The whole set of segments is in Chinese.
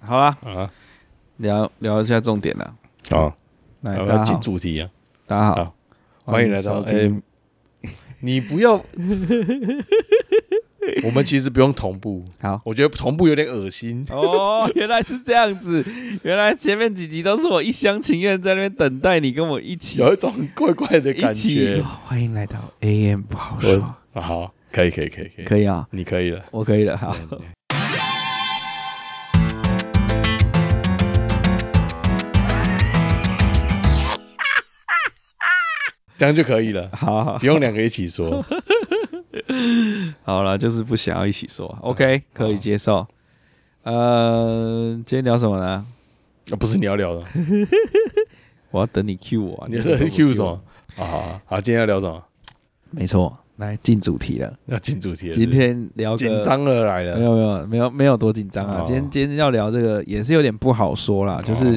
好啦，啊，聊聊一下重点了。好，来，我哎大要家进好，主题啊，大家好哦好，欢迎来收到哎听。，你不要， 我们其实不用同步，好我觉得同步有点恶心。哦， 原来是这样子，原来前面几集都是我一厢情愿在那边等待你跟我一起有一种怪怪的一感起觉说。欢迎来到 AM 不好说，啊好，可以，可以，可以，可以，可以啊，你可以了。我可以了，好对，对这样就可以了，好好不用两个一 起说。好了，就是不想要一起说，OK，可以接受。呃，今天聊什么呢？啊不是你要聊的，我要等你 Q 我啊，你怎在么都不 Q 什我么？啊，好好，今天要聊什么？没错，来进主题了。要进主题了。今天聊是不个是紧张了来没了，有没有没有没有多紧张啊哦，今天今天要聊这个也是有点不好说啦，就是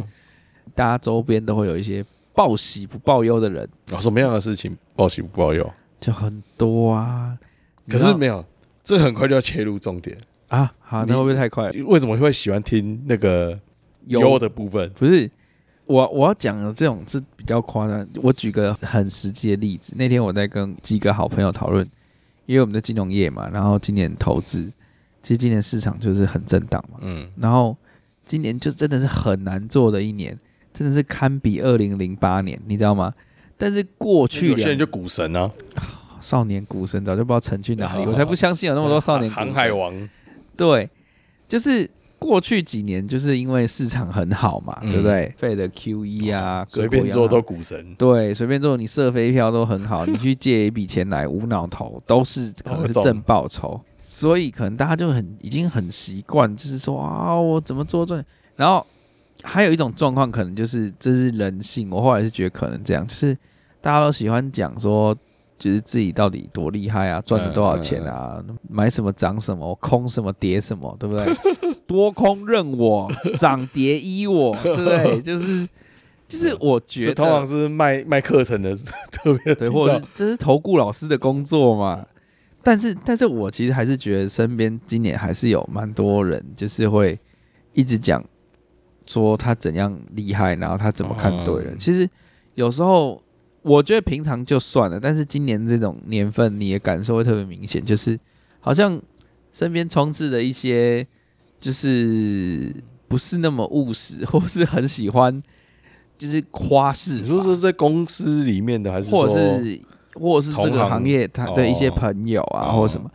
大家周边都会有一些报喜不报忧的人，哦什么样的事情报喜不报忧？就很多啊。可你是知道没有，这很快就要切入重点。啊，好，你那会不会太快了？为什么会喜欢听那个忧的部分？不是我我要讲的这种是比较夸张。我举个很实际的例子，那天我在跟几个好朋友讨论，因为我们在金融业嘛，然后今年投资，其实今年市场就是很震荡嘛，嗯，然后今年就真的是很难做的一年，真的是堪比二零零八年，你知道吗？但是过去有些人两就股神啊，少年股神早就不知道沉去哪里，我才不相信有那么多少年股啊航神。海王，对，就是过去几年就是因为市场很好嘛，嗯对不对？费的 QE 啊，各随国便做央都行股神，对，随便做你射飞镖都很好，你去借一笔钱来无脑投都是可能是都会中正报酬，所以可能大家就很已经很习惯，就是说啊，我怎么做赚，然后。还有一种状况，可能就是这是人性。我后来是觉得可能这样，就是大家都喜欢讲说，就是自己到底多厉害啊，赚了多少钱啊，呃买什么涨什么，空什么跌什么，对不对？多空任我，涨跌依我，对不对？就是就是，我觉得 这通常是卖卖课程的特别对，听或者到是这是投顾老师的工作嘛。但是，但是我其实还是觉得身边今年还是有蛮多人，就是会一直讲说他怎样厉害，然后他怎么看对人。嗯其实有时候我觉得平常就算了，但是今年这种年份，你的感受会特别明显，就是好像身边充斥着一些就是不是那么务实，或是很喜欢就是夸饰法。你说是在公司里面的，还是或者说是或者是这同个行行业他的一些朋友啊，哦或者什么，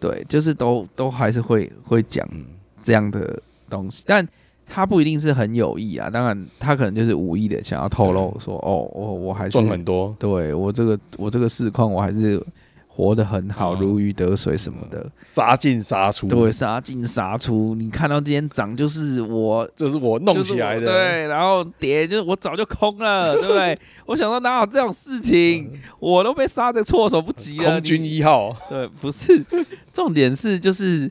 对，就是都都还是会会讲嗯这样的东西，但他不一定是很有意啊，当然他可能就是无意的想要透露说，哦，我我还是赚很多？对我这个我这个市况我还是活得很好，哦嗯如鱼得水什么的，杀进杀出，对，，杀进杀出，你看到今天涨就是我这是我弄起来就是我的。对，然后跌就是我早就空了，对不对？我想说哪有这种事情，我都被杀的措手不及了。嗯空军你一号，对，不是，重点是就是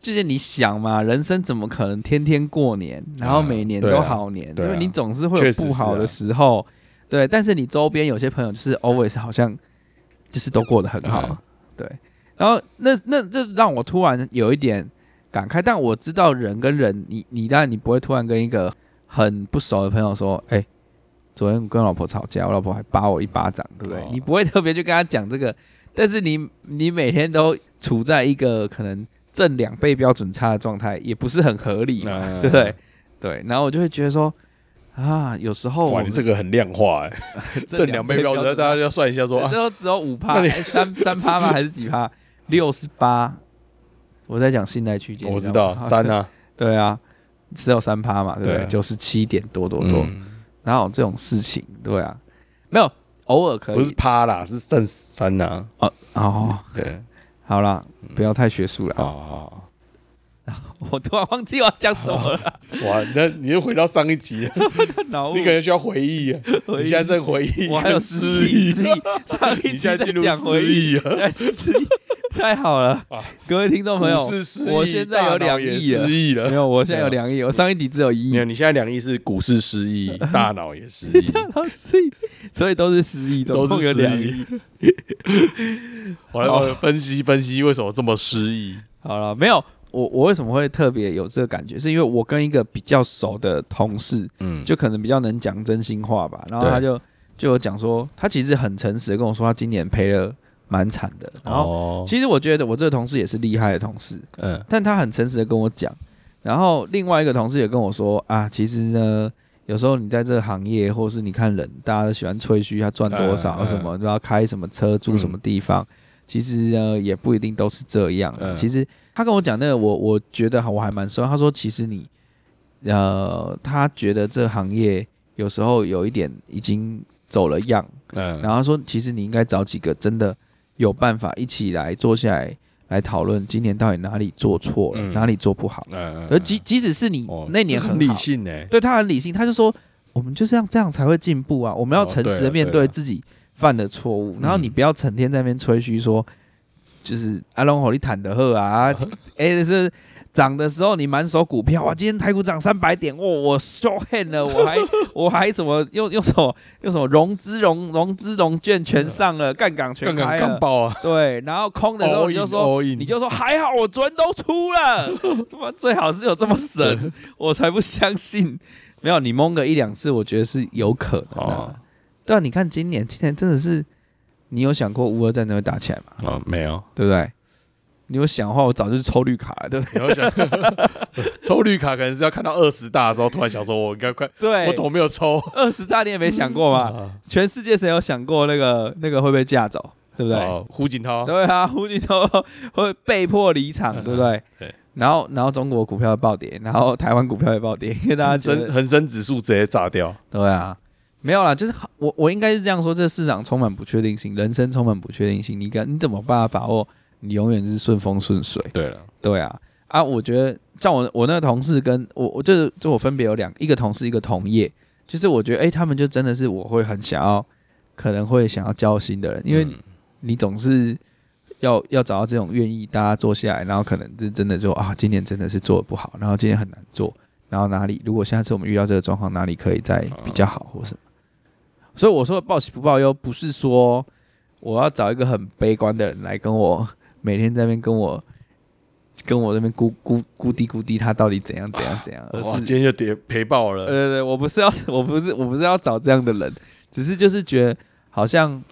就是你想嘛，人生怎么可能天天过年，然后啊每年对都啊好年，对因为啊你总是会有确实不好是的啊时候，对。但是你周边有些朋友就是 always 好像就是都过得很好，啊对。然后那那这让我突然有一点感慨，但我知道人跟人，你你当然你不会突然跟一个很不熟的朋友说，哎、昨天跟老婆吵架，我老婆还扒我一巴掌，对不对？哦你不会特别去跟他讲这个，但是你你每天都处在一个可能正两倍标准差的状态，也不是很合理嘛，嗯对不对？对，然后我就会觉得说，啊，有时候哇，你这个很量化哎，这两倍标准，大家家要算一下说啊，最后只有五趴，那你哎三三趴 吗？还是几趴？六十八，我在讲信贷区间，我你知道道吗三， 啊，对啊，只有三趴嘛，对不对对？啊九十七点多多多，嗯哪有这种事情？对啊，没有，偶尔可不是以趴啦，是剩三啊呐。哦哦，对，好啦，嗯不要太学术了，哦， 我突然忘记我要讲什么了，哇，那你又回到上一 集了，脑雾你可能需要回忆啊，回忆你现在正回忆，我还有失失忆，忆，失 忆上一你集现在在进入讲回失忆，忆了，在失忆，太好了啊，各位听众朋友股市失，忆我现在有大脑两也亿了失，忆了没，有，我现在有两亿，我上一集只有一亿没有，，你现在两亿是股市失 忆，大脑也失 忆，所以所以都是失忆，总都共有是 失两亿。忆。我来我来分析分析为什么这么失忆。好了，没有，我我为什么会特别有这个感觉，是因为我跟一个比较熟的同事，嗯，就可能比较能讲真心话吧，然后他对就就有讲说，他其实很诚实的跟我说，他今年赔了蛮惨的，然后后其实我觉得我这个同事也是厉害的同事，哦嗯但他很诚实的跟我讲。然后另外一个同事也跟我说啊，其实呢，有时候你在这个行业，或是你看人，大家都喜欢吹嘘他赚多少嗯嗯什么，都要开什么车，住什么地方。其实呢，也不一定都是这样啊。嗯其实他跟我讲那个，我我觉得我还蛮受。他说，其实你，呃，他觉得这行业有时候有一点已经走了样，嗯，然后他说，其实你应该找几个真的有办法一起来坐下来来讨论，今年到底哪里做错了，嗯哪里做不好。嗯，而即即使是你哦那年这很是好很理，性欸呢，对他很理性，他就说我们就是要这样才会进步啊，我们要哦诚对实的啊面对对啊自己犯的错误，然后你嗯不要成天在那边吹嘘说，就是阿龙吼你坦德赫 啊，哎是。涨的时候你满手股票啊，今天台股涨三百点，哦，我 so hand 了，我还 我还怎么用用什么用什么融资融融资融券嗯全上了，杠杆全杠开了，杆杠爆啊！ 对，然后空的时候 All 你就 in, 说， all in 你就说还好我昨天都出 了，他妈最好是有这么神，我才不相信。没有，你蒙个一两次，我觉得是有可能的、哦对啊，你看今年，今年真的是，你有想过乌俄战争会打起来 吗？哦，没有，对不对？你有想的话，我早就抽绿卡了，对不对？你要想 抽绿卡，可能是要看到二十大的时候，突然想说，我应该快，对， 我怎么没有抽？二十大你也没想过嘛？ 啊全世界谁有想过那个那个会被架走，对不对？哦，胡锦涛，对啊，胡锦涛会被迫离场，嗯对不对？对。然后，然后中国股票暴跌，然后台湾股票也暴跌，因为大家恒 觉生得恒生指数直接炸掉，对啊，没有啦，就是好我我应该是这样说，这市场充满不确定性，人生充满不确定性，你敢你怎么办法把握？你永远是顺风顺水，对了，对啊啊！我觉得像我我那个同事跟我我就是就我分别有两一个同事一个同业，就是我觉得哎、他们就真的是我会很想要，可能会想要交心的人，因为嗯你总是要要找到这种愿意大家坐下来，然后可能是真的就啊，今年真的是做的不好，然后今年很难做，然后哪里如果下次我们遇到这个状况，哪里可以再比较好或什么。所以我说的报喜不报忧，不是说我要找一个很悲观的人来跟我每天在那边跟我跟我这边咕咕咕嘀咕嘀他到底怎样怎样怎样，而呃哇，是今天就跌赔爆呃，对了，对对，我不是要， 我不是，我不是要找这样的人，只是就是觉得好像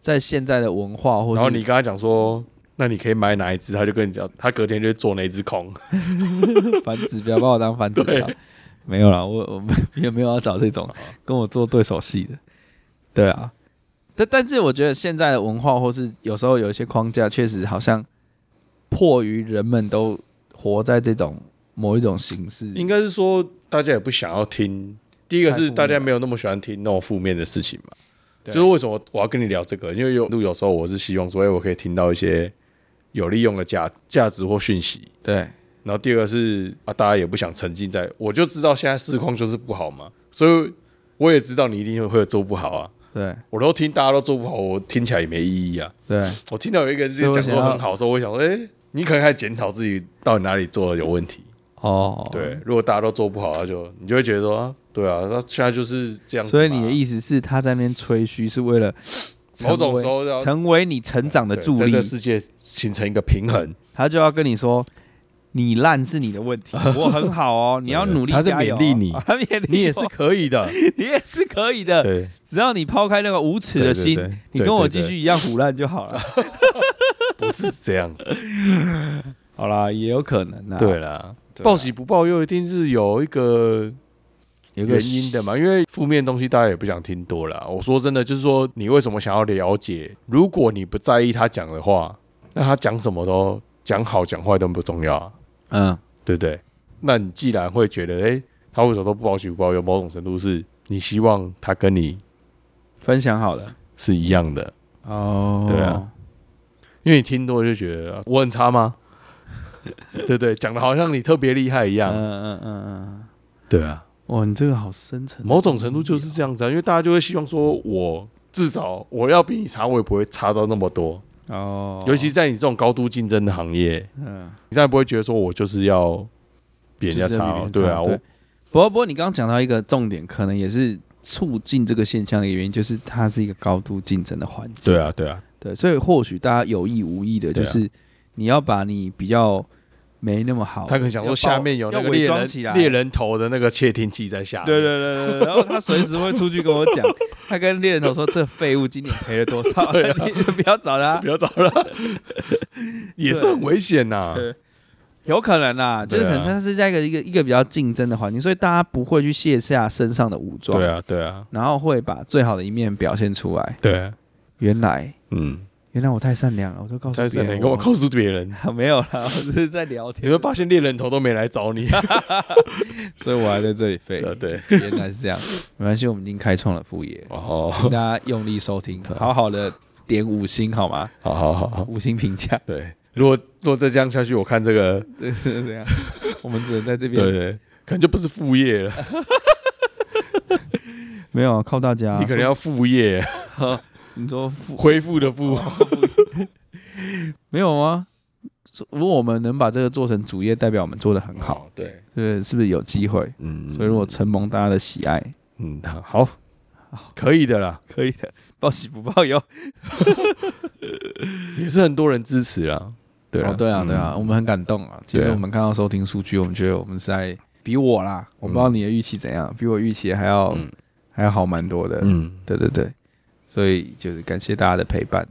在现在的文化或然是后你跟他讲说。那你可以买哪一只？他就跟你讲，他隔天就会做哪一只空。反指标，把我当反指标，没有啦，我我们也没有 要找这哦种跟我做对手戏的，对啊，但但是我觉得现在的文化或是有时候有一些框架，确实好像迫于人们都活在这种某一种形式，应该是说大家也不想要听。第一个太负是面大家没有那么喜欢听那种负面的事情嘛，对就是为什么我要跟你聊这个？因为有有时候我是希望说，哎，我可以听到一些有利用的价价值或讯息。对然后第二个是啊，大家也不想沉浸在，我就知道现在市况就是不好嘛，所以我也知道你一定会做不好啊。对我都听大家都做不好，我听起来也没意义啊。对，我听到有一个人自己讲说很好的时候，我想说，哎、你可能还检讨自己到底哪里做的有问题。哦，对，如果大家都做不好，那就你就会觉得说，啊对啊，那现在就是这样子嘛。所以你的意思是，他在那边吹嘘是为了成为某种时候要成为你成长的对助在力这，个世界形成一个 平衡，他就要跟你说。你烂是你的问 题，我很好哦，你要努力他在加油哦。勉励你 他勉励你也我是可以的。你也是可以的， 对，只要你抛开那个无耻的心，对对对你跟我继续一样腐烂就好 了。不是这样子。好啦，也有可能啊。对，啦，对啊报喜不报忧，一定是有一个有原因 的嘛，因为负面东西大家也不想听多了。我说真的，就是说你为什么想要了解？如果你不在意他讲的话，那他讲什么都讲好讲坏都不重要啊。嗯，对不对？那你既然会觉得，哎、他为什么都不报喜不报忧？某种程度是你希望他跟你分享好了。是一样的，哦对啊，因为你听多了就觉得啊我很差 吗？对不对？讲的好像你特别厉害嗯一样，嗯嗯嗯对啊，嗯，哇，你这个好深沉。某种程度就是这样子啊，因为大家就会希望说我。至少我要比你差，我也不会差到那么多。哦，尤其在你这种高度竞争的行业，嗯，你当然不会觉得说我就是要比人家就是要差比哦、别人对啊，我不过不过你刚刚讲到一个重点，可能也是促进这个现象的一个原因，就是它是一个高度竞争的环境。对啊，对啊，对，所以或许大家有意无意的，对就啊是你要把你比较没那么好。他可能想说下面有那个要伪猎装人起来猎人啊头的那个窃听器在下面，对对对对对，然后他随时会出去跟我 讲，他跟猎人头说这废物今年赔了多少，对啊你 不要找他不，要找了， 也是很危险呐、对有可能啦，就是可能对啊他是在一个一个一个比较竞争的环境，所以大家不会去卸下身上的武装，对啊，对啊，然后会把最好的一面表现出来。对啊，原来嗯，原来我太善良了，我都告诉在别这人里跟我告诉别人，我 没有啦，我只是在聊你天会，发现猎人头都没来找你。所以我还在这里废。 对对，原来是这 样，没关系，我们已经开创了副业，哦，请大家用力收听，好好的点五星好吗？好好好好，五星评 价，对，如果如果再这样下去，我看这个，对，是这样，我们只能在这对边，对，可能就不是副业啊了，没有啊靠大家啊，你可能要副业，说你说副恢复的复，没有啊？说如果我们能把这个做成主业，代表我们做的很 好，，对，对，是不是有机会？哦嗯所以如果承蒙大家的喜爱，嗯，好，好，可以的啦，可以的，报喜不报忧。也是很多人支持啦，对嗯哦，对啊，对啊，，我们很感动啊。其实对啊我们看到收听数据，我们觉得我们是在比我啦，我不知道你的预期怎样，比我预期还要嗯还要好蛮多的。嗯，对对对，所以就是感谢大家的陪伴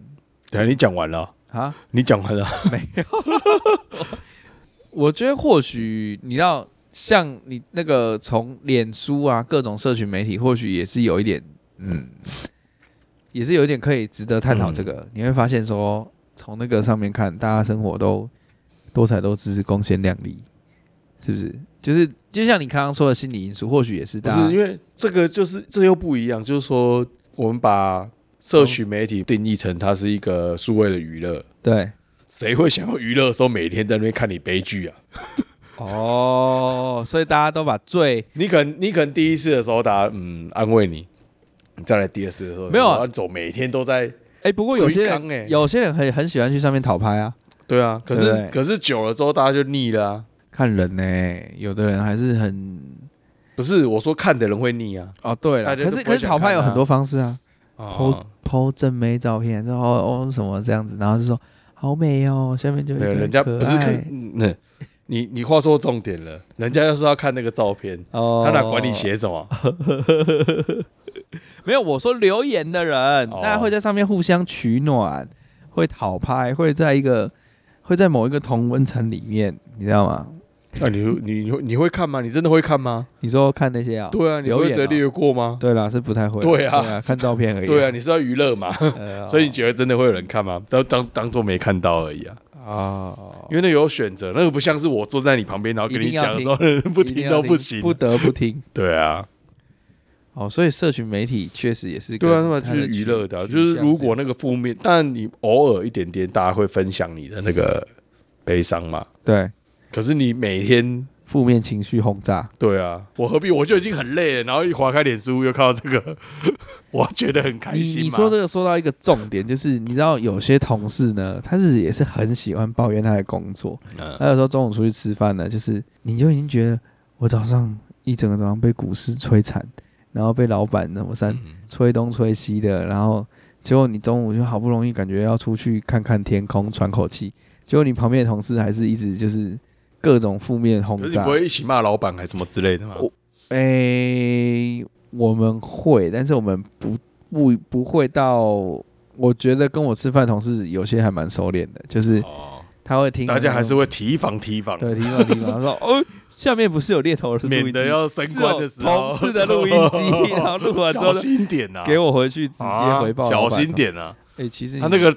等下你讲完了，啊。你讲完了，我觉得或许你要像你那个从脸书啊各种社群媒体，或许也是有一点，嗯，也是有一点可以值得探讨这个。你会发现说，从那个上面看，大家生活都多彩多姿，光鲜亮丽，是不是？就是就像你刚刚说的心理因素，或许也是啊不大是因家为这个就是这又不一样，就是说我们把社群媒体定义成它是一个数位的娱乐，对谁会想要娱乐的时候每天在那边看你悲剧啊？哦，所以大家都把最你可能你可能第一次的时候大家嗯安慰你，你再来第二次的时候没有啊我要走每天都在哎、不过有些鬼刚欸人有些人很很喜欢去上面讨拍啊。对啊，可是对不对可是久了之后大家就腻了啊。看人呢、有的人还是很不是我说看的人会腻啊，哦，对了，大家可就是不会可是想讨拍看有很啊多方式啊，哦，剖正妹照片，然后哦什么这样子，然后就说好美哦，下面就有一没有个人家不是可爱以，嗯你你话说重点了，人家要是要看那个照片，哦，他哪管你？写什么？没有，我说留言的人，哦大家会在上面互相取暖，会讨拍，会在一个会在某一个同温层里面，你知道吗？那你你你会你会看吗？你真的会看吗？你说看那些啊？对啊，你不留会言直接哦略过吗？对啦，是不太会啦。对啊看照片而已。对啊，你是要娱乐嘛， 呃，所以你觉得真的会有人看吗？当当当做没看到而已啊，哦， 因为那有选择，那个不像是我坐在你旁边，然后跟一你定要讲的时候不一定听要都不行。不得不听。 对啊，哦，所以社群媒体确实也是对啊，那跟么它就是的娱取乐的啊，取就是向如是果那个负面，但你偶尔一点点，大家会分享你的那个悲伤嘛。对可是你每天，负面情绪轰炸，对啊，我何必？我就已经很累了，然后一划开脸书又看到这个， 我觉得很开你心嘛。你说这个说到一个重点，就是你知道有些同事呢，他是也是很喜欢抱怨他的工作，嗯，他有时候中午出去吃饭呢，就是你就已经觉得我早上一整个早上被股市摧残，然后被老板怎么三嗯吹东吹西的，然后结果你中午就好不容易感觉要出去看看天空喘口气，结果你旁边的同事还是一直就是各种负面轰可是你炸不。会一起骂老板还是什么之类的吗？我诶、哎我们会，但是我们不不不会到，我觉得跟我吃饭的同事有些还蛮收敛的，就是哦，他会听那大种，家还是会提防提防，对听到听到，他说哦，下面不是有猎头的录免音得机，要升是官有的时候，同事的录音 机，然后录完之后小就心点呐、啊，给我回去直接回报、啊小心。点啊！哎、其实他你那个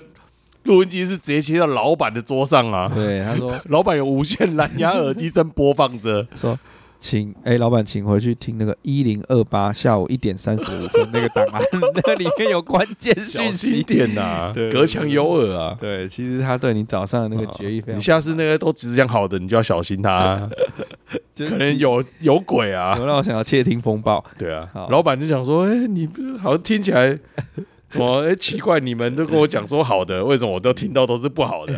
录音机是直接切到老板的桌上啊，对他 说老板有无线蓝牙耳机正播放 着，说。请哎、老板，请回去听那个一零二八下午一点三十五分那个档案，那个里面有关键小讯心息。点呐、啊对，对隔墙有耳啊。对，其实他对你早上的那个决议非哦常，你下次那个都只讲好的，你就要小心他、啊就是可能有有鬼怎啊。么让我想要窃听风暴。对啊好，老板就想说，哎、你不是好像听起来怎么？哎、奇怪，你们都跟我讲说好的，为什么我都听到都是不好的？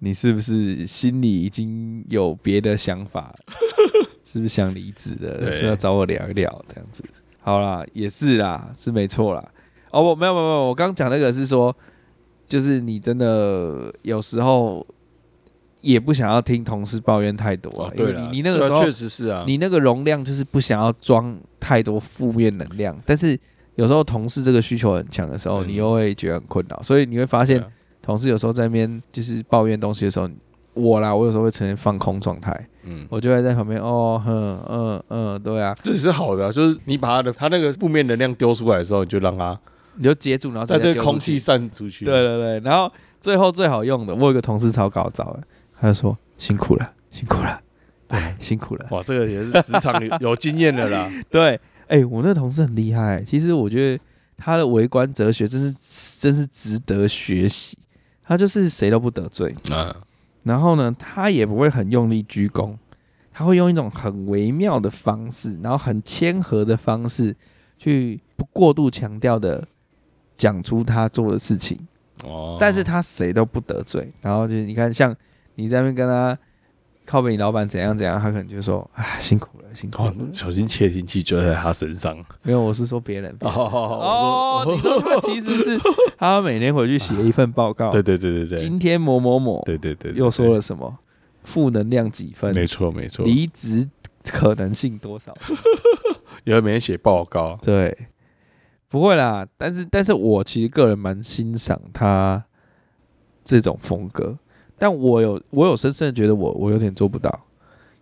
你是不是心里已经有别的想法？ 是不是想离职了？对是不是要找我聊一聊这样子？好啦，也是啦，是没错啦。哦，我没有没有没有，我刚讲那个是说，就是你真的有时候也不想要听同事抱怨太多啊哦，因对为了，你你那个对啊时候确实是啊，你那个容量就是不想要装太多负面能量，但是有时候同事这个需求很强的时候，嗯你又会觉得很困扰，所以你会发对现啊同事有时候在那边就是抱怨东西的时候，我啦，我有时候会呈现放空状态，嗯，我就会在旁边哦，哼，嗯嗯，对啊，这也是好的啊，就是你把他的他那个负面能量丢出来的时候，你就让他你就接住，然后在啊再这丢个出空去气散出去。对对对，然后最后最好用的，我有个同事超高招的，他就说辛苦了，辛苦了，哎，辛苦了。哇，这个也是职场有有经验 的啦。对，哎、我那个同事很厉害，其实我觉得他的为官哲学真是真是值得学习。他就是谁都不得罪，啊，然后呢，他也不会很用力鞠躬，他会用一种很微妙的方式，然后很谦和的方式，去不过度强调的讲出他做的事情。哦，但是他谁都不得罪。然后就是你看，像你在那边跟他靠背，你老板怎样怎样，他可能就说啊辛苦了，辛苦了哦。，小心窃听器就在他身上。没有，我是说别人。哦哦，你说他其实是他每天回去写一份报告，对对对对对，今天某某某对对对，对又说了，什么负能量几分对，没错没错，离职可能性多少？因为每天写报告，对，不会啦。但是，但是我其实个人蛮欣赏他这种风格，但我有我有深深的觉得我我有点做不到，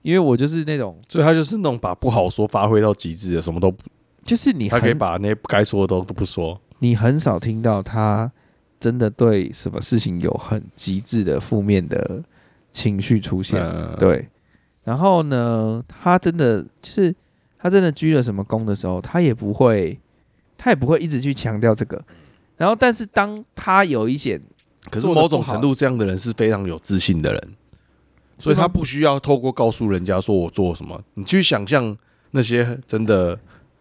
因为我就是那种所以他就是那种把不好说发挥到极致的，什么都不就是你他很可以把那些不该说的都都不说。你很少听到他真的对什么事情有很极致的负面的情绪出现。嗯对，然后呢，他真的就是他真的鞠了什么躬的时候，他也不会，他也不会一直去强调这个。然后，但是当他有一些，可是做得某种不好程度，这样的人是非常有自信的人，所以他不需要透过告诉人家说我做什么。你去想象那些真的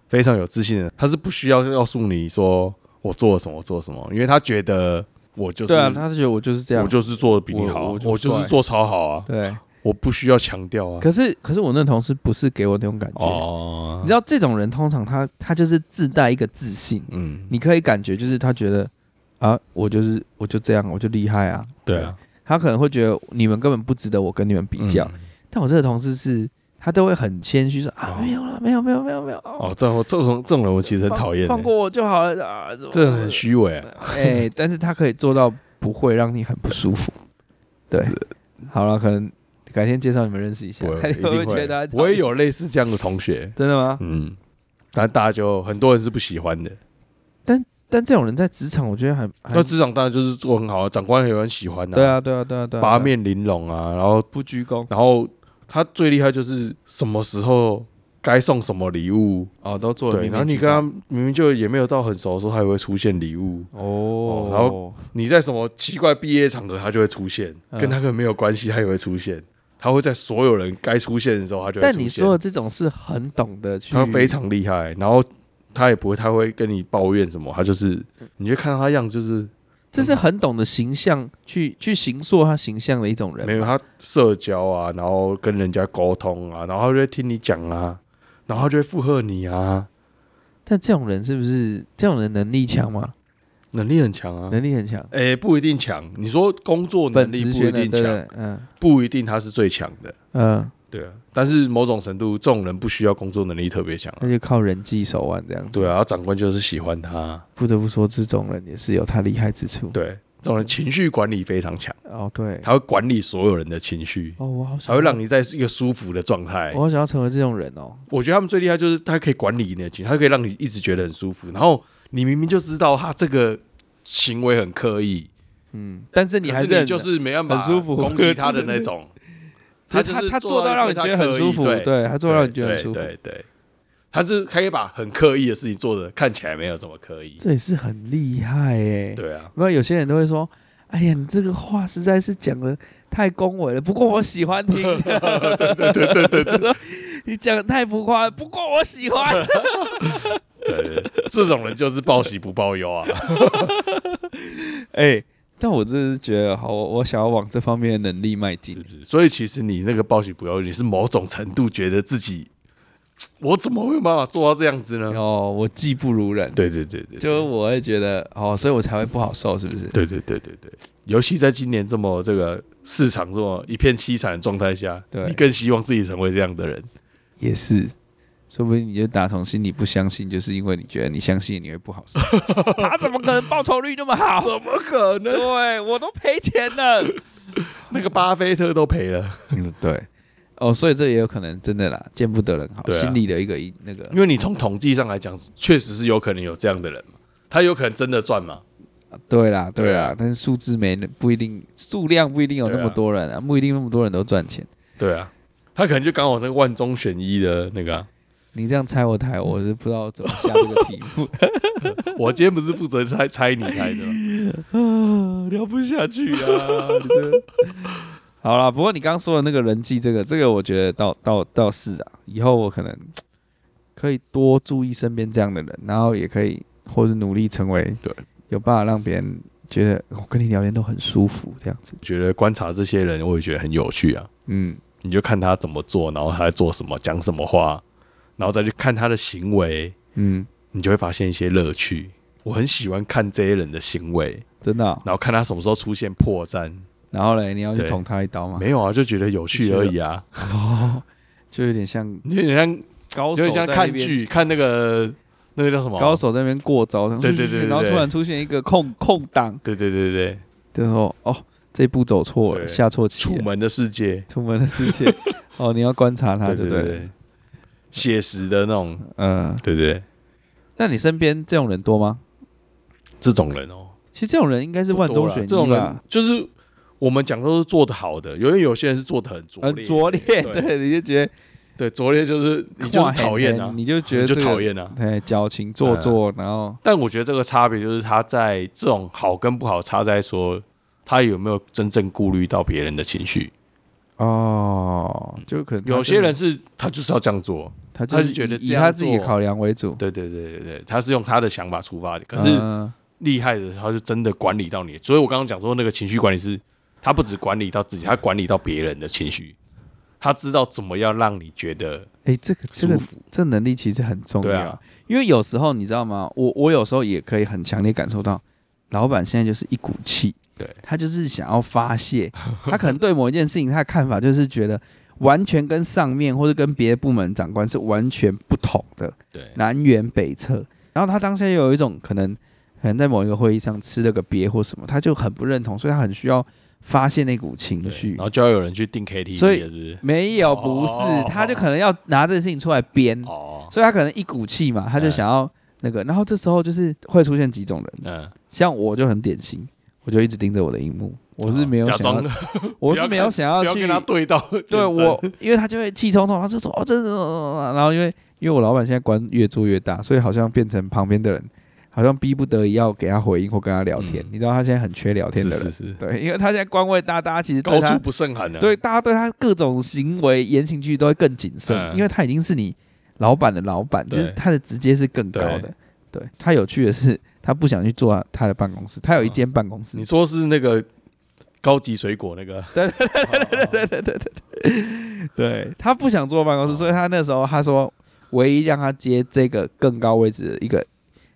非常有自信的人，他是不需要告诉你说我做了什么，我做了什么，因为他觉得我就是对啊，他就觉得我就是这样我，就是做的比你好啊，我我我就就是帅做超好啊，对。我不需要强调啊。可是，可是我那个同事不是给我那种感觉，哦你知道，这种人通常他他就是自带一个自信，嗯，你可以感觉就是他觉得啊，我就是我就这样，我就厉害啊。对啊，他可能会觉得你们根本不值得我跟你们比较。嗯但我这个同事是，他都会很谦虚说啊哦，没有了，没有，没有，没有，没有。哦，这种这种这种人我其实很放讨厌欸，放过我就好了啊。这种人很虚伪啊。哎，但是他可以做到不会让你很不舒服。对，好了，可能改天介绍你们认识一下，呃不会，看一 你定们会会。不啊会觉得他我也有类似这样的同学，真的吗？嗯，但大家就很多人是不喜欢的。但这种人在职场，我觉得还还那职场当然就是做很好啊，长官也很喜欢的、对，啊，对啊，对啊，对啊，八面玲珑啊，然后不鞠躬然后他最厉害就是什么时候该送什么礼物，哦，都做了对，面面然后你俱跟到他明明就也没有到很熟的时候，他也会出现礼物。哦哦，然后你在什么奇怪毕业场合，他就会出现，嗯跟他可能没有关系，他也会出现。他会在所有人该出现的时候，他就会出现。但你说的这种是很懂得去，他非常厉害，然后他也不会太会跟你抱怨什么，他就是嗯你就看到他样子就是这是很懂得形象去去形塑他形象的一种人。没有他社交啊，然后跟人家沟通啊，然后他就会听你讲啊，然后他就会附和你啊，但这种人是不是这种人能力强吗？能力很强啊。能力很强，哎、不一定强。你说工作能本力职不一学能定对不强，对？嗯不一定他是最强的，嗯，对啊。但是某种程度，这种人不需要工作能力特别强啊、那就靠人际手腕这样子。对啊。然后长官就是喜欢他，不得不说，这种人也是有他厉害之处。对，这种人情绪管理非常强，哦，对，他会管理所有人的情绪，哦，我好想才会让你在一个舒服的状态我。好想要成为这种人哦。我觉得他们最厉害就是他可以管理你的情绪，他可以让你一直觉得很舒服。然后你明明就知道他这个行为很刻意，嗯，但是你还可是是你就是没办法很舒服攻击他的那种。他就他是他做到让你觉得很舒服，对，对他做到让你觉得很对舒服，对对对，他就是他可以把很刻意的事情做的看起来没有这么刻意。这也是很厉害哎。对啊，不然有些人都会说：“哎呀，你这个话实在是讲的太恭维了，不过我喜欢听。”对对对对对， 你讲的太浮夸了，不过我喜欢。对对对，这种人就是报喜不报忧啊。 哎、但我真的是觉得，好，我我想要往这方面的能力迈是进。不是？所以其实你那个报喜不要，你是某种程度觉得自己我怎么会有办法做到这样子呢？哦，我技不如人，对对对对，就我会觉得哦，所以我才会不好受，是不是？对对对对对，尤其在今年这么这个市场这么一片凄惨的状态下，对你更希望自己成为这样的人。也是，说不定你就打从心里不相信，就是因为你觉得你相信你会不好受。 他怎么可能报酬率那么 好？怎么可能？对我都赔钱了。那个巴菲特都赔了， 嗯，对。哦，所以这也有可能真的啦，见不得人好，对啊心里的一个一那个因为你从统计上来讲，确实是有可能有这样的人嘛，他有可能真的赚嘛，对啦，对对啦啊，但是数字没那不一定，数量不一定有那么多人啊，不一定那么多人都赚钱。对啊，他可能就刚好那个万中选一的那个啊、你这样猜我猜，我是不知道怎么下这个题目，我今天不是负责猜猜你猜的吗？呃啊聊不下去啊！ 你这个好啦，不过你刚说的那个人际，这个这个，我觉得倒倒倒是啊，以后我可能可以多注意身边这样的人，然后也可以或者努力成为对有办法让别人觉得我跟你聊天都很舒服这样子。 觉得观察这些人，我也觉得很有趣啊。嗯，你就看他怎么做，然后他在做什么，讲什么话，然后再去看他的行为，嗯，你就会发现一些乐趣。我很喜欢看这些人的行为，真的哦、然后看他什么时候出现破绽。然后嘞，你要去对捅他一刀吗？没有啊，就觉得有趣而已啊。哦，就有点像你有点像，高有手点像在那看边，剧，看那个那个叫什么啊高？手在那边过招，对对对对对然后突然出现一个空空档，对对对对，就说哦，这步走错了，对下错棋楚了，门的世界，出门的世 界，哦，你要观察他对就对了，对，写实的那种，嗯，对对对，那你身边这种人多吗？这种人哦，其实这种人应该是万中选一啊不多啦这种人吧，就是我们讲都是做的好的，因为有些人是做的很拙很劣，拙劣，对对，你就觉得对，拙劣就是 你就是讨厌哇啊，你就觉得 你这就个讨，厌啊。哎，矫情做作，然后但我觉得这个差别就是他在这种好跟不好差在说他有没有真正顾虑到别人的情绪。哦，就可能他有些真的人是他就是要这样做，他他就是觉得以以这样他自己的做考量为主，对对对对对，他是用他的想法出发的。可是嗯厉害的他是真的管理到你，所以我刚刚讲说那个情绪管理是，他不只管理到自己，他管理到别人的情绪，他知道怎么样让你觉得哎、这个这舒个服。这能力其实很重要，对啊因为有时候你知道吗？我我有时候也可以很强烈感受到，老板现在就是一股气，对他就是想要发泄， 他可能对某一件事情他的看法就是觉得完全跟上面或者跟别的部门长官是完全不同的，对南辕北辙。然后他当下又有一种可能，可能在某一个会议上吃了个瘪或什么，他就很不认同，所以他很需要发泄那股情对绪然。后就要有人去定 KTV，所以了是不是没有，不是，哦他就可能要拿这个事情出来编。哦，所以他可能一股气嘛，他就想要那个，然后这时候就是会出现几种人，嗯，像我就很典型，我就一直盯着我的荧幕，我是没有哦假想装要，我是没有想要 不要去跟他对到，对我，因为他就会气冲冲，他就说哦，这是，然后因为因为我老板现在官越做越大，所以好像变成旁边的人好像逼不得已要给他回应或跟他聊天，嗯你知道他现在很缺聊天是的人，是是，对，因为他现在官位大，大家其实对高他处不胜寒啊的，对，大家对他各种行为、言行举止都会更谨慎，嗯因为他已经是你老板的老板，就对是他的直接是更高的。对他有趣的是，他不想去坐他的办公室，他有一间办公室。你说是那个高级水果那个，对对对对，对对对对对， 对他不想坐办公室，所以他那时候他说，唯一让他接这个更高位置的一个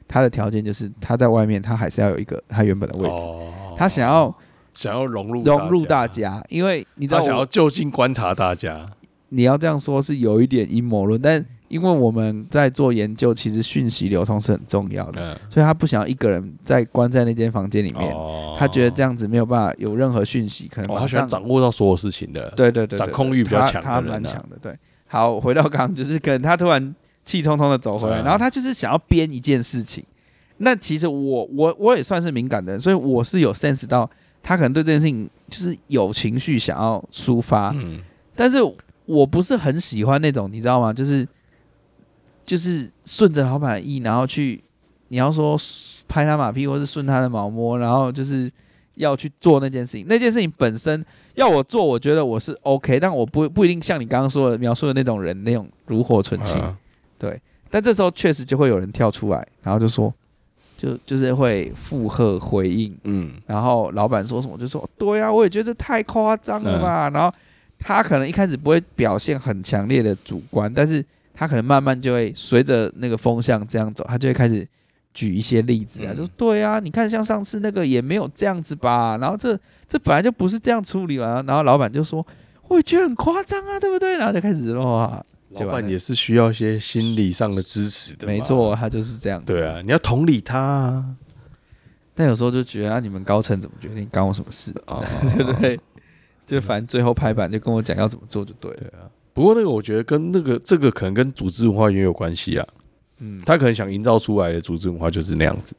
他的条件就是他在外面，他还是要有一个他原本的位置，哦他想要想要融入融入大大，家，因为你知道他想我要就近观察大家，你要这样说，是有一点阴谋论，但因为我们在做研究，其实讯息流通是很重要的，嗯，所以他不想要一个人在关在那间房间里面，哦他觉得这样子没有办法有任何讯息，可能哦，马他喜上欢掌握到所有事情的，对对对对掌控欲比较强的人啊他他蛮强的，对。好，回到刚刚，就是可能他突然气冲冲的走回来，对啊然后他就是想要编一件事情。那其实我我我也算是敏感的人，所以我是有 sense 到他可能对这件事情就是有情绪想要抒发，嗯，但是我不是很喜欢那种，你知道吗？就是就是顺着老板的意，然后去你要说拍他马屁，或是顺他的毛摸，然后就是要去做那件事情。那件事情本身要我做，我觉得我是 OK，但我不不一定像你刚刚说的描述的那种人那种炉火纯青。嗯但这时候确实就会有人跳出来，然后就说，就就是会附和回应，嗯，然后老板说什么就说对啊，我也觉得这太嗯夸张了吧。然后他可能一开始不会表现很强烈的主观，但是他可能慢慢就会随着那个风向这样走，他就会开始举一些例子啊，嗯就说对啊，你看像上次那个也没有这样子吧，然后这这本来就不是这样处理啊，然后老板就说我也觉得很夸张啊，对不对？然后就开始哇，老板也是需要一些心理上的支持的，没错，，他就是这样子。对啊，你要同理他啊，但有时候就觉得啊，你们高层怎么决定，关我什么事？ 哦对不对？就反正最后拍板就跟我讲要怎么做就对了。不过那个我觉得跟那个这个可能跟组织文化也有关系啊，嗯，他可能想营造出来的组织文化就是那样子，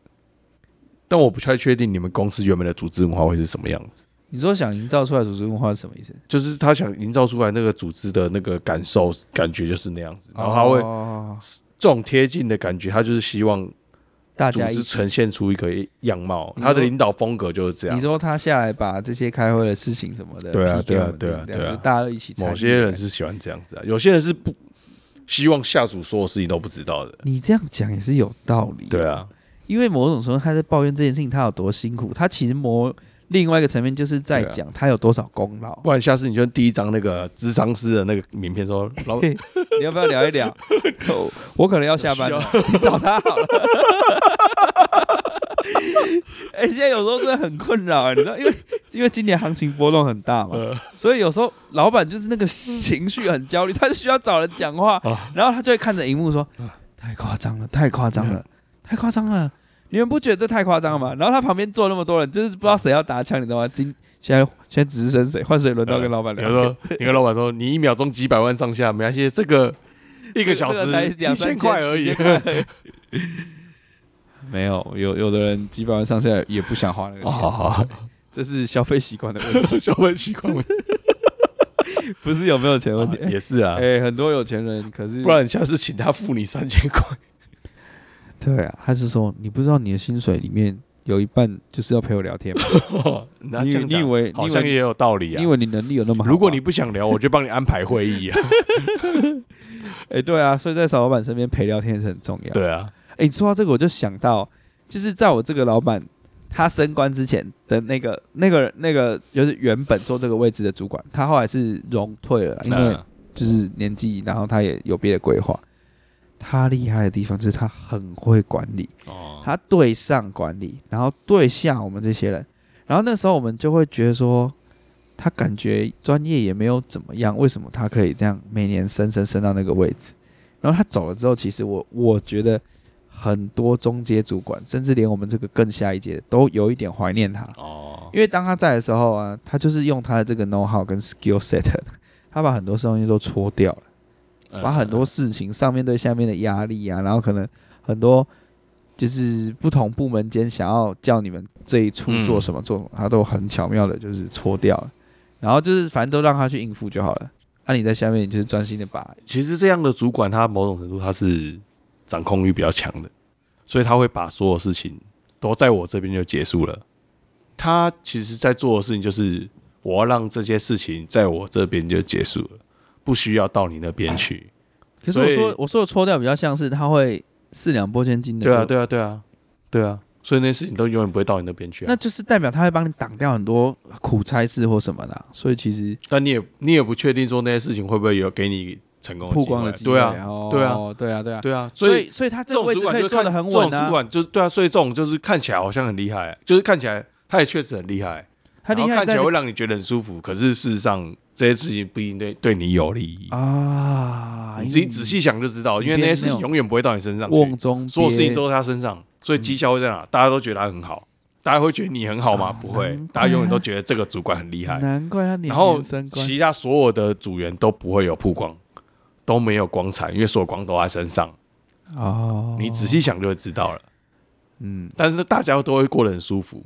但我不太确定你们公司原本的组织文化会是什么样子，你说想营造出来组织文化是什么意思？就是他想营造出来那个组织的那个感受感觉就是那样子，然后哦他哦会会这种贴近的感觉，他就是希望大组家一织起。呈现出一个样貌，你说他的领导风格就是这样你。说他下来把这些开会的事情什么的，对啊 PK 对啊我们对啊这样对啊就大家都一起参与。某些人是喜欢这样子啊，有些人是不希望下属所有事情都不知道的。你这样讲也是有道理。对，啊，因为某种程度他在抱怨这件事情他有多辛苦，他其实某另外一个层面就是在对啊讲他有多少功劳。不然下次你就第一张那个智商师的那个名片说，老嘿 你要不要聊一聊？ 我我可能要下班了， 你找他好了。哎、现在有时候真的很困扰、你知道，因为因为今年行情波动很大嘛，呃所以有时候老板就是那个情绪很焦虑，他就需要找人讲话，啊然后他就会看着荧幕说：“太夸张了，太夸张嗯了，太夸张了。”你们不觉得这太夸张了吗？然后他旁边坐那么多人，就是不知道谁要打枪，你知道吗？今现在现在只是生水，换水轮到跟老板比聊如 天。说你跟老板说，你一秒钟几百万上下，没关系，这 个一个小这个才时几两三千块而已几。千块没有，有有的人几百万上下也不想花那个 哦，钱，好好， 这是消费习惯的问题，消费习惯问题不是有没有钱的问啊题。 哎、也是啊，很多有钱人可是不然下次请他付你三千块。对啊，他是说你不知道你的薪水里面有一半就是要陪我聊天吗？ 哦那你这样你讲以为你好以像为也有道理啊你以？为你能力有那么好吗？如果你不想聊，我就帮你安排会 议啊。哎、对啊，所以在小老板身边陪聊天是很重要。对啊，哎、你说到这个，我就想到，就是在我这个老板他升官之前的那个、那个、那个，就是原本做这个位置的主管，他后来是荣退了啦，因为那就是年纪，然后他也有别的规划。他厉害的地方就是他很会管理，哦他对上管理，然后对下我们这些人，然后那时候我们就会觉得说，他感觉专业也没有怎么样，为什么他可以这样每年升升升到那个位置？然后他走了之后，其实我我觉得很多中阶主管，甚至连我们这个更下一届的都有一点怀念他，哦，因为当他在的时候啊，他就是用他的这个 know how 跟 skill set，他把很多东西都搓掉了。嗯把很多事情上面对下面的压力啊，然后可能很多就是不同部门间想要叫你们这一处嗯做什么做什么，他都很巧妙的就是搓掉了，然后就是反正都让他去应付就好了。那、你在下面你就是专心的把，其实这样的主管，他某种程度他是掌控欲比较强的，所以他会把所有事情都在我这边就结束了。他其实在做的事情就是，我要让这些事情在我这边就结束了，不需要到你那边去。哎可是我所说以我说的搓掉比较像是他会四两拨千斤的，对啊，，对啊，对啊，对啊，所以那些事情都永远不会到你那边去、啊。那就是代表他会帮你挡掉很多苦差事或什么的啊、所以其实但你也你也不确定说那些事情会不会有给你成功的曝机会光的机会，对啊，哦对啊对啊，对啊，对啊，所所以所以他这这个种位主置管可以就做看的很这稳种主啊，管就是对啊，所以这种就是看起来好像很厉害，就是看起来他也确实很厉害，他厉然害后看起在来这会让你觉得很舒服，可是事实上这些事情不一定对对你有利益。啊，你因自己为仔细想就知道，你因为那些事变那种情嗯永远不会到你身上瓮去，中所有事情鳖都在他身上，所以绩效会在哪？大家都觉得他很好，大家会觉得你很好吗？啊不会难，怪啊大家永远都觉得这个主管很厉害。难怪他年然后年升官。其他所有的组员都不会有曝光，都没有光彩，因为所有光都在身上。哦，你仔细想就会知道了。嗯，但是大家都会过得很舒服，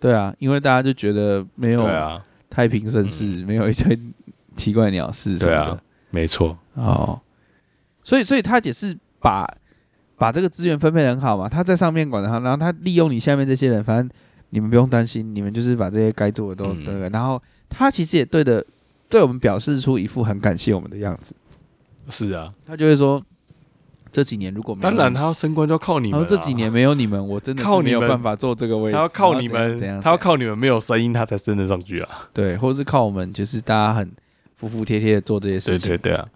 对啊，因为大家就觉得没有对啊，嗯太平盛世，没有一堆奇怪鸟事什么对的啊，没错，哦，所以所以他也是把把这个资源分配得很好嘛，他在上面管得好，然后他利用你下面这些人，反正你们不用担心，你们就是把这些该做的都嗯那个、然后他其实也对的，对我们表示出一副很感谢我们的样子，是啊。他就会说这几年如果没有当然，他要升官就要靠你他们说啊。这几年没有你们，我真的是靠你没有们办法做这个位置。他要靠你然后们怎样怎样，他要靠你们没有声音，他才升得上去啊。对，或者是靠我们，就是大家很服服帖帖的做这些对事情。对对啊，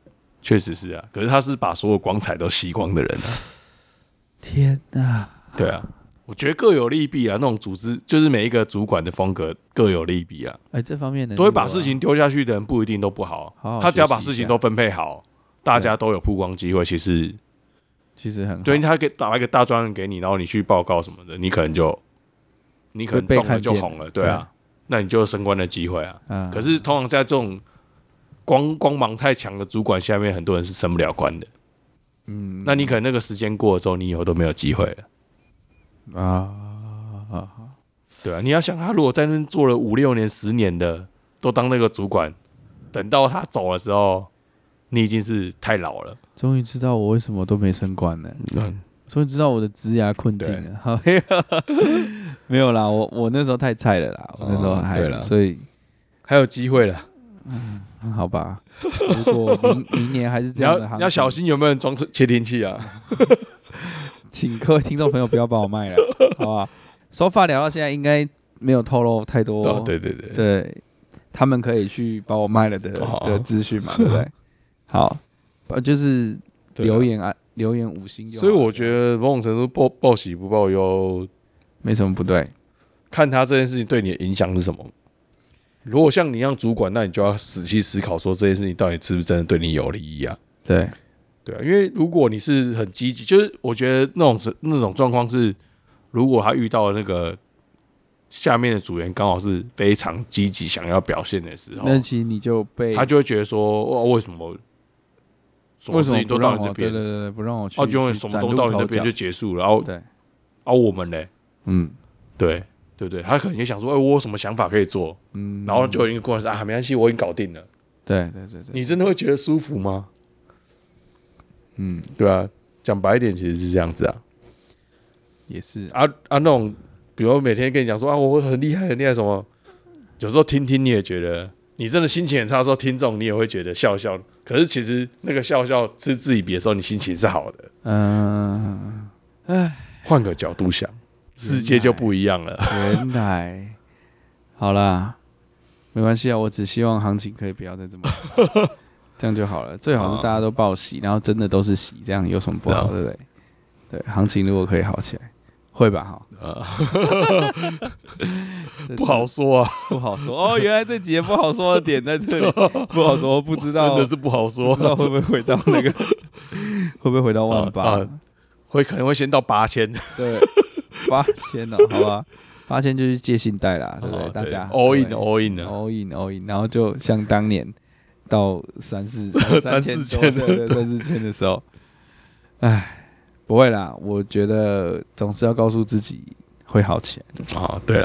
确实是啊。可是他是把所有光彩都吸光的人啊。天哪！对啊，我觉得各有利弊啊。那种组织就是每一个主管的风格各有利弊啊。哎，这方面的都会把事情丢下去的人不一定都不好，好好他只要把学习一事下情都分配好，大家都有曝光机会。其实，其实很好对，他给打一个大专案给你，然后你去报告什么的，你可能就你可能会被中了看见就红了，对啊，那你就有升官的机会啊。啊，可是通常在这种光光芒太强的主管下面，很多人是升不了官的。嗯那你可能那个时间过了之后，你以后都没有机会了，啊啊啊对啊，你要想他如果在那边做了五六年、十年的，都当那个主管，等到他走的时候，你已经是太老了。终于知道我为什么都没升官了，嗯，终于知道我的职涯困境了。 好，没有没有啦，我我那时候太菜了啦，我那时候哦还、对啦所以还有机会了，嗯好吧，如果明明年还是你这样要的行情，你要小心有没有人装窃听器啊？请各位听众朋友不要把我 卖了，好不好？手法聊到现在应该没有透露太多，哦，对对对，对他们可以去把我卖了的哦的资讯嘛，对不 对？好，呃，就是对啊留。言啊，留言五星就好所以我觉得某种程度报报喜不报忧，没什么不对。看他这件事情对你的影响是什么。如果像你一样主管，那你就要仔细思考，说这件事情到底是不是真的对你有利益啊？对，对啊，因为如果你是很积极，就是我觉得那种是那种状况是，如果他遇到那个下面的组员刚好是非常积极想要表现的时候，那其实你就被他就会觉得说，哇，为什么什么为什事么情不都到让你我？这对对边，对，对不让我去哦，就会去什么崭都露到你头那边角就结束了，然后对，啊我们嘞，嗯对对不对？他可能也想说，哎，我有什么想法可以做，嗯，然后就有一个过来说啊，没关系，我已经搞定了。对对对对，你真的会觉得舒服吗？嗯，对啊，讲白一点，其实是这样子啊。也是，啊啊那种，比如每天跟你讲说啊，我很厉害很厉害什么，有时候听听你也觉得，你真的心情很差的时候听这种，你也会觉得笑笑。可是其实那个笑笑嗤之以鼻的时候，你心情是好的。嗯，换个角度想，世界就不一样了。原来，好啦，没关系啊，我只希望行情可以不要再 这么。这样就好了，最好是哦大家都报喜，然后真的都是喜，这样有什么不是啊好，对不对？对，行情如果可以好起来，会吧？哈， 呃，这 不好说啊，不好 说哦。原来这节不好说的点在这里，不好说，不知 真道的是不好不知说，道会不会回到那 个，会不会回到万八？啊啊会可能会先到八 千，对，八千哦，好吧，八千就是借信贷啦，对不对？哦大家 all 对 in all in 啊， all in all in，然后就像当年到三 四三三千四多千的对对三四千的时候，唉，不会啦，我觉得总是要告诉自己会好起来。啊，对了，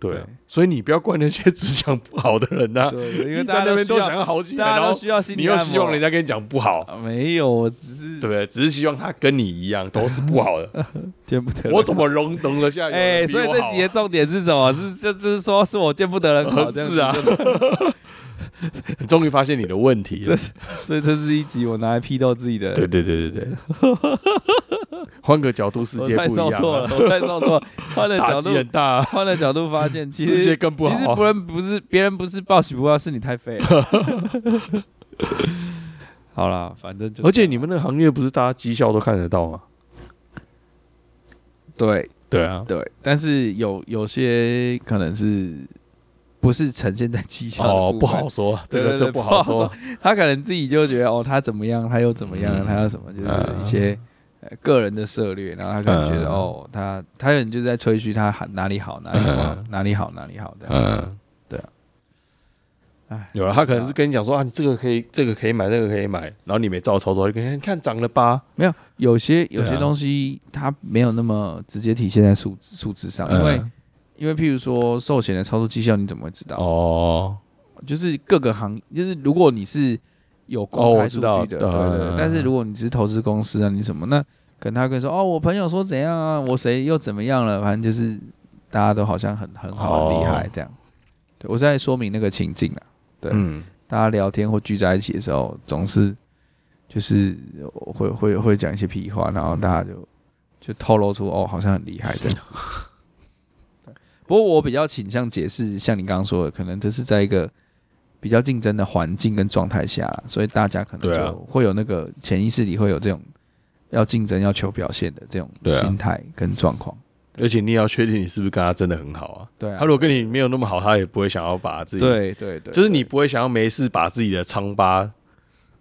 对对，啊所以你不要怪那些只讲不好的人呐，对，因因为大在家那都边需都要想，要好起来，大家然都后需要心理你又按希望摩人家跟你讲不好，啊没有，我只是 对不对？只是希望他跟你一样都是不好 的，见不得人我怎么容容得下有哎、人比所我以好啊？这集的重点是什么？是就就是说是我见不得人好，呃这样是啊子就，你终于发现你的问题这了。所以这是一集我拿来批斗自己的。对对对对对， 换个角度，世我界太不一受样挫啊，了，我太受挫了。换了打角击度，很大啊，换了角度发 现，其世界实更不其实好不啊。人不是别人不是报喜不报，是你太 废了。好啦，反正就而且你们那个行业不是大家绩效都看得到吗？对对啊，对，但是有有些可能是不是呈现在绩效的哦，部不分好说，这对个对这对不不好好说说。他可能自己就觉得哦，他怎么样，他又怎么样，嗯他要什么，就是嗯一些、呃个人的策略，然后他可能觉得、嗯哦，他他有人就是在吹嘘他喊哪里好哪里不好、嗯哪里好哪里好的，嗯，对啊。哎，有了，他可能是跟你讲说啊，你这个可以，这个可以买，这个可以买，然后你没照操作，就跟你讲你看涨了吧，没有有些有些对啊东西它没有那么直接体现在数字数字上，因为、嗯因为譬如说寿险的操作绩效你怎么会知道？哦，就是各个行，就是如果你是有哦公开我数知据道的，嗯对对对。但是如果你只是投资公司啊，你什么那可能他跟你说哦，我朋友说怎样啊，我谁又怎么样了，反正就是大家都好像很很好、很厉害哦这样。对我是在说明那个情境啊，对嗯，大家聊天或聚在一起的时候，总是就是会会会讲一些屁话，然后大家就就透露出哦，好像很厉害这样。不过我比较倾向解释，像你刚刚说的，可能这是在一个比较竞争的环境跟状态下，所以大家可能对啊就会有那个潜意识里会有这种要竞争、要求表现的这种对啊心态跟状况。而且你也要确定你是不是跟他真的很好啊。对啊，他如果跟你没有那么好，他也不会想要把自己，，对对对，就是你不会想要没事把自己的疮疤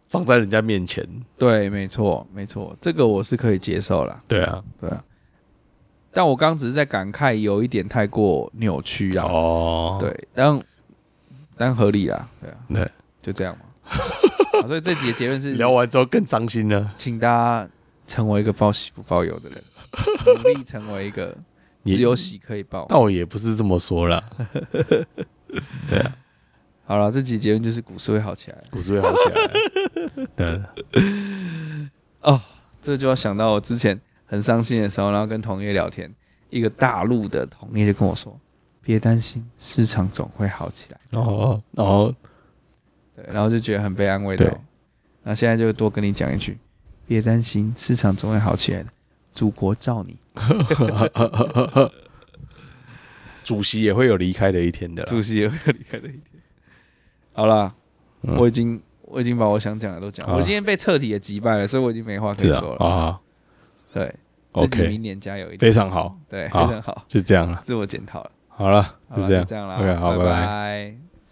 放在人家面前。对，没错没错，这个我是可以接受啦。对啊，对啊，但我刚只是在感慨有一点太过扭曲啊。哦，，对，但但合理啦，对啊，对，就这样嘛。 好所以这集的结论是，聊完之后更伤心了，请大家成为一个报喜不报忧的 人，努力成为一个也只有喜可以报。但我也不是这么 说啦。对啊，好了，这集结论就是股市会好起来骨质会好起来。啊 对，哦。这就要想到我之前很伤心的时候，然后跟同业聊天，一个大陆的同业就跟我说：“别担心，市场总会好起来。然后，然后，”对，然后就觉得很被安慰到对。那现在就多跟你讲一句：别担心，市场总会好起来的，祖国罩你。主席也会有离开的一天的啦。主席也会有离开的一天。好啦，嗯我已经我已经把我想讲的都讲，好啊我今天被彻底的击败了，所以我已经没话可是以啊说，了。啊对自己，OK，明年加油一点，非常好，对，非好常好，就这样了。 自我检讨了，好了，好就啦这样就。这样啦 OK，好拜拜拜拜